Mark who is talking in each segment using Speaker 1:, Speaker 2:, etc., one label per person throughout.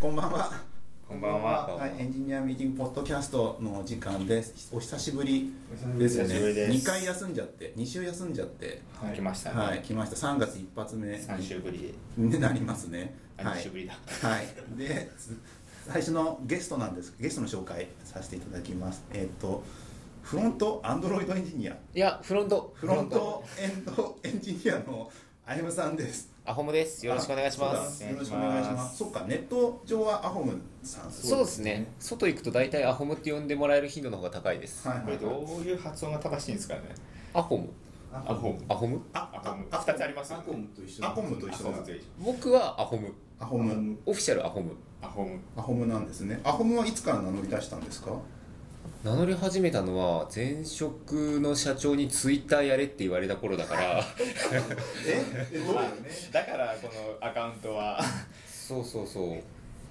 Speaker 1: こんばんは。
Speaker 2: こんばんは
Speaker 1: はい、エンジニアミーティングポッドキャストの時間です。お久しぶり
Speaker 2: お
Speaker 1: です
Speaker 2: 久
Speaker 1: よ
Speaker 2: しぶ
Speaker 1: ね。
Speaker 2: りです
Speaker 1: 二回休んじゃって、二週休んじゃって、
Speaker 2: 来ましたね、
Speaker 1: はい、来ました。三月一発目
Speaker 2: 3週ぶりで
Speaker 1: になりますね。
Speaker 2: あ
Speaker 1: は
Speaker 2: 2
Speaker 1: い
Speaker 2: 週。ぶりだ、
Speaker 1: はい。で、つ最初のゲストなんです。ゲストの紹介させていただきます。えっ、と、フロントアンドロイドエンジニア、
Speaker 3: いや、フロント。
Speaker 1: フロントエンドエンジニアのあゆむさんです。
Speaker 3: アホムです。よろしくお願いします
Speaker 1: あそうだ。よろしくお願いします。そっか、ネット上はアホムさん。
Speaker 3: そうですね。外行くと大体アホムって呼んでもらえる頻度の方が高いです。
Speaker 1: はい、
Speaker 2: これどういう発音が正しいんですかね
Speaker 3: アホム
Speaker 2: アホム
Speaker 3: アホム
Speaker 2: アホム2つあります
Speaker 4: ア
Speaker 2: よ
Speaker 4: コ
Speaker 2: ね
Speaker 4: ムと一緒
Speaker 1: ア
Speaker 4: だ
Speaker 1: コムと一緒だ
Speaker 2: アコムと一緒
Speaker 3: 僕はアホム。
Speaker 1: アホム
Speaker 3: オフィシャルアホム。
Speaker 2: アホム
Speaker 1: アホムなんですねアホムはいつから名乗り出したんですか
Speaker 3: 名乗り始めたのは前職の社長にツイッターやれって言われた頃だから
Speaker 1: え
Speaker 2: まあだからこのアカウントは
Speaker 3: そうそうそう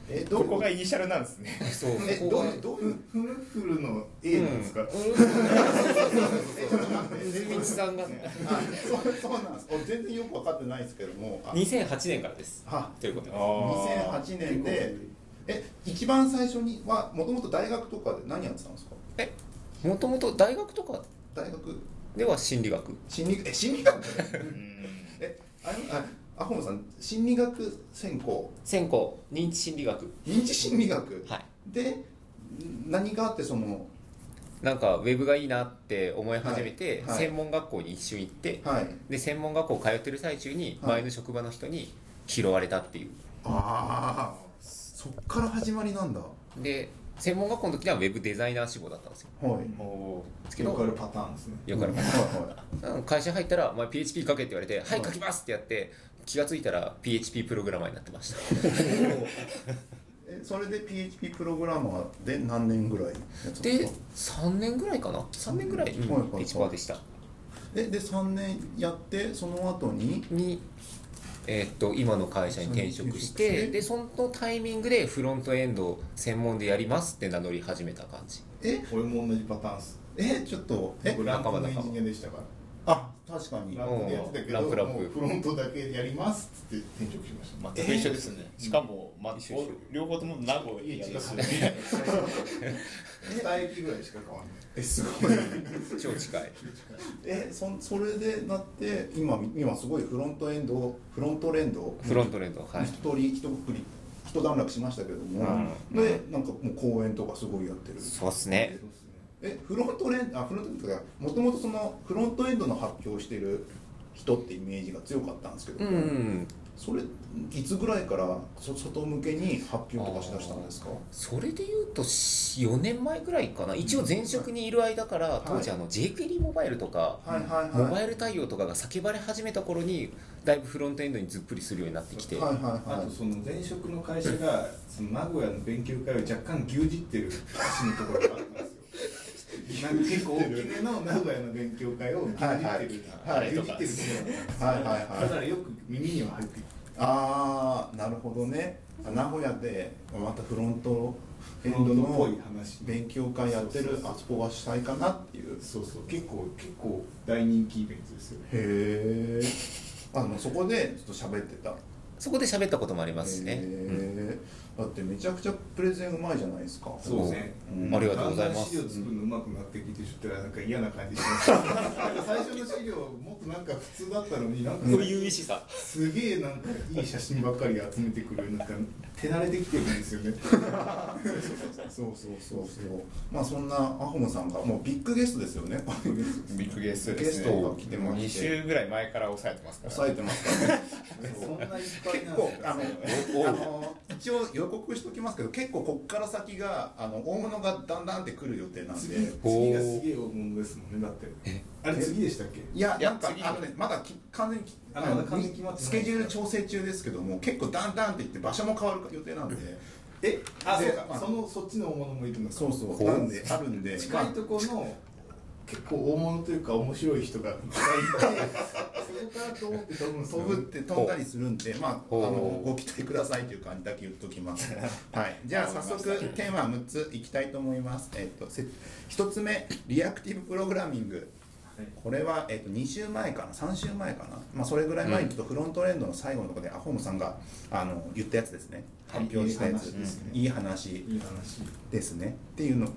Speaker 1: えど
Speaker 2: ここ
Speaker 1: こ
Speaker 2: がイニシャルなんですね
Speaker 3: そう
Speaker 1: え
Speaker 3: そこ
Speaker 1: ど
Speaker 3: が
Speaker 1: うどう
Speaker 4: フフルフルの A なんですか、
Speaker 3: 水道さんが
Speaker 1: あそうそうなんです俺全然よく分かってないですけどもあ
Speaker 3: 2008年からです
Speaker 1: あ
Speaker 3: ということで
Speaker 2: あ
Speaker 1: 2008年でえ一番最初にはもともと大学とかで何やってたんですか
Speaker 3: えもともと大学とか
Speaker 1: 大学
Speaker 3: では心理学
Speaker 1: 心理え心理学
Speaker 2: ーうん
Speaker 1: えあのあアホムさん心理学専攻
Speaker 3: 専攻認知心理学
Speaker 1: 認知心理学
Speaker 3: はい
Speaker 1: で何があってその
Speaker 3: なんかウェブがいいなって思い始めて、
Speaker 1: はいはい
Speaker 3: 専門学校に一瞬行って、
Speaker 1: はい
Speaker 3: で専門学校通ってる最中に
Speaker 1: はい
Speaker 3: 前の職場の人に拾われたっていう、
Speaker 1: ああそっから始まりなんだは
Speaker 3: で専門学校の時にはウェブデザイナー志望だったんですよ
Speaker 1: い
Speaker 2: お
Speaker 3: ですけ
Speaker 4: よくあ
Speaker 3: ど
Speaker 4: るパターンですね
Speaker 3: よくある
Speaker 1: は
Speaker 3: うん会社入ったら「お前 PHP 書け」って言われて「は
Speaker 1: はい
Speaker 3: い書きます!」ってやって気がついたら PHP プログラマーになってました
Speaker 1: いはいえそれで PHP プログラマーで何年ぐらいやってた んで
Speaker 3: です
Speaker 1: か
Speaker 3: 3年ぐらいかな3年ぐらい、
Speaker 1: うん
Speaker 3: うん
Speaker 1: はいはいはい
Speaker 3: ピッチパーでした
Speaker 1: えで3年やってその後に
Speaker 3: に、えーっと今の会社に転職して
Speaker 1: 転職して
Speaker 3: でそのタイミングでフロントエンド専門でやりますって名乗り始めた感じ
Speaker 1: え
Speaker 4: 俺も同じパターンです
Speaker 1: えちょっとえ
Speaker 4: 僕ランプのエンジニアでしたから
Speaker 1: あ確かに
Speaker 4: ランプでやってたけど
Speaker 3: ランプランプ
Speaker 4: もうフロントだけやりますっつって転職しました、
Speaker 2: 全く一緒ですね、しかも、ま、
Speaker 3: 一緒一緒
Speaker 2: お両方とも名護
Speaker 4: いや違う
Speaker 2: です
Speaker 4: 2駅ぐらいしか変わんない
Speaker 1: えすごい
Speaker 3: 超近い
Speaker 1: えそそれでなって今今すごいフロントエンドフロントレンド
Speaker 3: フロントレンドはい
Speaker 1: 一人一振り一段落しましたけども、
Speaker 3: うん
Speaker 1: でなんかもう公演とかすごいやってる
Speaker 3: そうっすね
Speaker 4: そうっすね
Speaker 1: えフロントレンあフロントレンドがもともとそのフロントエンドの発表をしてる人ってイメージが強かったんですけど、
Speaker 3: うんうん
Speaker 1: それいつぐらいからそ外向けに発表とかしだしたんですか
Speaker 3: それで言うと4年前ぐらいかな一応前職にいる間から当時あの JQuery モバイルとか
Speaker 1: はいはいはい
Speaker 3: モバイル対応とかが叫ばれ始めた頃にだいぶフロントエンドにずっぷりするようになってきて
Speaker 1: はいはい
Speaker 4: あ
Speaker 1: はい
Speaker 4: とその前職の会社がその名古屋の勉強会を若干牛耳ってる私のところがあったん ですよなんか結構大きめの名古屋の勉強会を牛耳ってる
Speaker 1: はいはい
Speaker 4: 牛耳ってるところ
Speaker 1: はいはい
Speaker 4: なんで
Speaker 1: は
Speaker 4: すだか
Speaker 1: い
Speaker 4: らよく耳には入ってく
Speaker 1: ああなるほどねあ名古屋でまたフロントエ
Speaker 4: る
Speaker 1: ンド
Speaker 4: 本当っぽい
Speaker 1: の
Speaker 4: 話
Speaker 1: 勉強会やってるあそこはしたいかなっていう
Speaker 4: そうそう結構結構大人気イベントですよね
Speaker 1: へえあのそこでちょっと喋ってた
Speaker 3: そこで喋ったこともありますしね、うん
Speaker 1: へーだってめちゃくちゃプレゼンうまいじゃないですか
Speaker 4: そうですね
Speaker 1: うん
Speaker 3: ありがとうございます
Speaker 4: だんだん資料作るのうまくなってきてちょっとなんか嫌な感じし ましたなんか最初の資料もっとなんか普通だったのになんか
Speaker 3: 初々しさ
Speaker 4: すげえなんかいい写真ばっかり集めてくるなんか手慣れてきてるんですよね
Speaker 1: そうそうそうそうまあそんなアホムさんがもうビッグゲストですよね
Speaker 2: ビッグゲストで
Speaker 1: ゲ
Speaker 2: す
Speaker 1: ス
Speaker 2: ね
Speaker 1: トが来てまして
Speaker 2: 2週ぐらい前から抑えてますから
Speaker 1: 抑えてますからね
Speaker 4: そんないっぱいなんですか
Speaker 1: 結構あのあの一応予告しておきますけど結構こっから先があの大物がだんだんって来る予定なん
Speaker 4: 次
Speaker 1: で
Speaker 4: 次がすげえ大物ですもんねだってあれ次でしたっけ
Speaker 1: いや
Speaker 2: いや
Speaker 1: なんか
Speaker 2: 次
Speaker 1: あのねまだき完全に
Speaker 4: あまだ完全に決まってない
Speaker 1: スケジュール調整中ですけども結構だんだんっていって場所も変わる予定なんで
Speaker 4: えあ
Speaker 1: で
Speaker 4: そうか
Speaker 1: まあ
Speaker 4: そのそっちの大物もいるのか
Speaker 1: そうそうなんであるんで
Speaker 4: 近いところの結構大物というか面白い人がいっぱいいてそこから飛ぶって飛ぶんですよ
Speaker 1: 飛ぶって飛んだりするんで、まあ、あ
Speaker 3: ほう
Speaker 1: のご期待くださいという感じだけ言っときます。はい、じゃあ早速テーマ6ついきたいと思います。えっと、せ一つ目、リアクティブプログラミング。これは、えっと2週前かな3週前かな、まあ、それぐらい前にちょっとフロントエンドの最後のところでアホームさんがあの言ったやつですね発表したやつ、
Speaker 4: いい話ですね
Speaker 1: いい話
Speaker 4: いい話
Speaker 1: ですねっていうの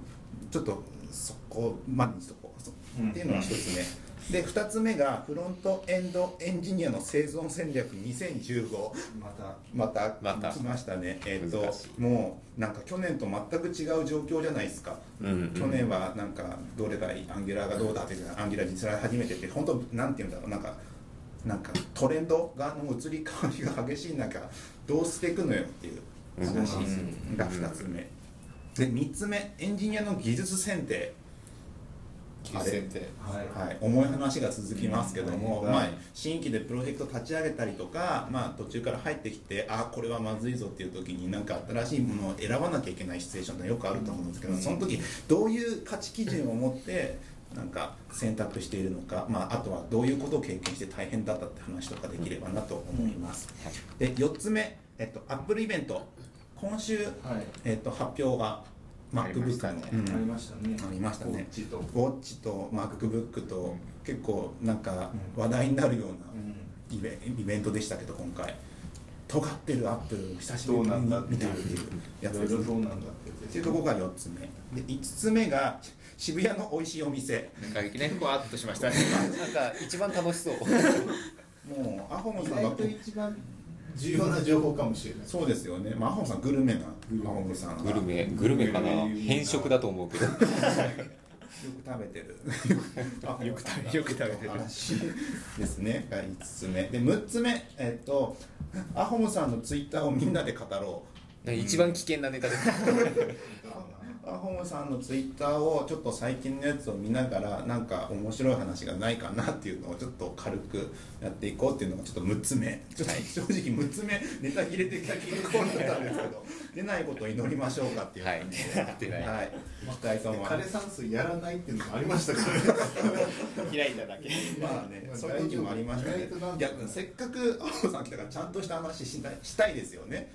Speaker 1: ちょっとそこまでにしとこうそ
Speaker 4: うん
Speaker 1: っていうのが一つねで2つ目がフロントエンドエンジニアの生存戦略2015
Speaker 4: また
Speaker 1: また
Speaker 3: また
Speaker 1: 来ましたねえっ、
Speaker 3: 難
Speaker 1: と
Speaker 3: しい
Speaker 1: もうなんか去年と全く違う状況じゃないですか、
Speaker 3: うん うん
Speaker 1: 去年はなんかどれだいアンギュラーがどうだっていうのがアンギュラーにつらい始めてて本当なんていうんだろうなんかなんかトレンドがの移り変わりが激しい中どうしていくのよっていう話
Speaker 3: 難
Speaker 4: しいですよ
Speaker 1: が2つ目で3つ目エンジニアの技術選定
Speaker 2: 金銭って
Speaker 4: はい
Speaker 1: はい、重い話が続きますけども、
Speaker 4: うん
Speaker 1: まあ、新規でプロジェクト立ち上げたりとか、まあ、途中から入ってきてあこれはまずいぞっていう時になんか新しいものを選ばなきゃいけないシチュエーションってよくあると思うんですけど、その時どういう価値基準を持ってなんか選択しているのか、まあ、あとはどういうことを経験して大変だったって話とかできればなと思います。で4つ目、えっと、アップルイベント今週、
Speaker 4: はい
Speaker 1: えっと、発表が
Speaker 2: ありま
Speaker 1: MacBook
Speaker 2: した
Speaker 1: の
Speaker 2: ね
Speaker 1: うん
Speaker 4: ありましたね
Speaker 1: ありましたね
Speaker 4: こっちと
Speaker 1: ウォッチと MacBook と結構なんか話題になるようなイベイベントでしたけど今回尖ってるアップル久しぶりに
Speaker 4: どうなんだっていう
Speaker 1: 見たっていうやつ
Speaker 4: いろ
Speaker 1: で
Speaker 4: い
Speaker 1: す
Speaker 4: ろ
Speaker 1: ね
Speaker 4: どうなんだ
Speaker 1: っていうところが4つ目で5つ目が渋谷の美味しいお店
Speaker 2: 過激ねふわっとしましたね
Speaker 3: なんか一番楽しそう
Speaker 1: もうアホム
Speaker 4: 意
Speaker 1: さんが
Speaker 4: 外と一番重要な情報かもしれない
Speaker 1: そうですよね、まあ、アホムさんグルメな
Speaker 4: グルメ
Speaker 1: アホムさんが
Speaker 3: グル
Speaker 1: よ
Speaker 3: メグルメかな変色だと思うけど
Speaker 1: く食べて るアホムさんが
Speaker 2: よく食べてる
Speaker 1: 話ですねが5つ目で6つ目えっとアホムさんのツイッターをみんなで語ろう
Speaker 3: 一番危険なネタです
Speaker 1: アホムさんのツイッターをちょっと最近のやつを見ながらなんか面白い話がないかなっていうのをちょっと軽くやっていこうっていうのがちょっと6つ目ちょっと正直6つ目ネタ切れてきたこうなったんですけ ど出ないことを祈りましょうかっていう
Speaker 3: はい
Speaker 1: 感じ
Speaker 3: 出
Speaker 1: で、
Speaker 3: な
Speaker 1: はいい行きたいと思いま
Speaker 4: 枯
Speaker 1: す
Speaker 4: 算数やらないっていうのもありましたからね
Speaker 2: 開いただけ
Speaker 1: まあね、そういう時もありましたね
Speaker 4: 意外となん。
Speaker 1: い
Speaker 4: と
Speaker 1: や、せっかく青さん来たから、ちゃんとした話しないしたいですよね。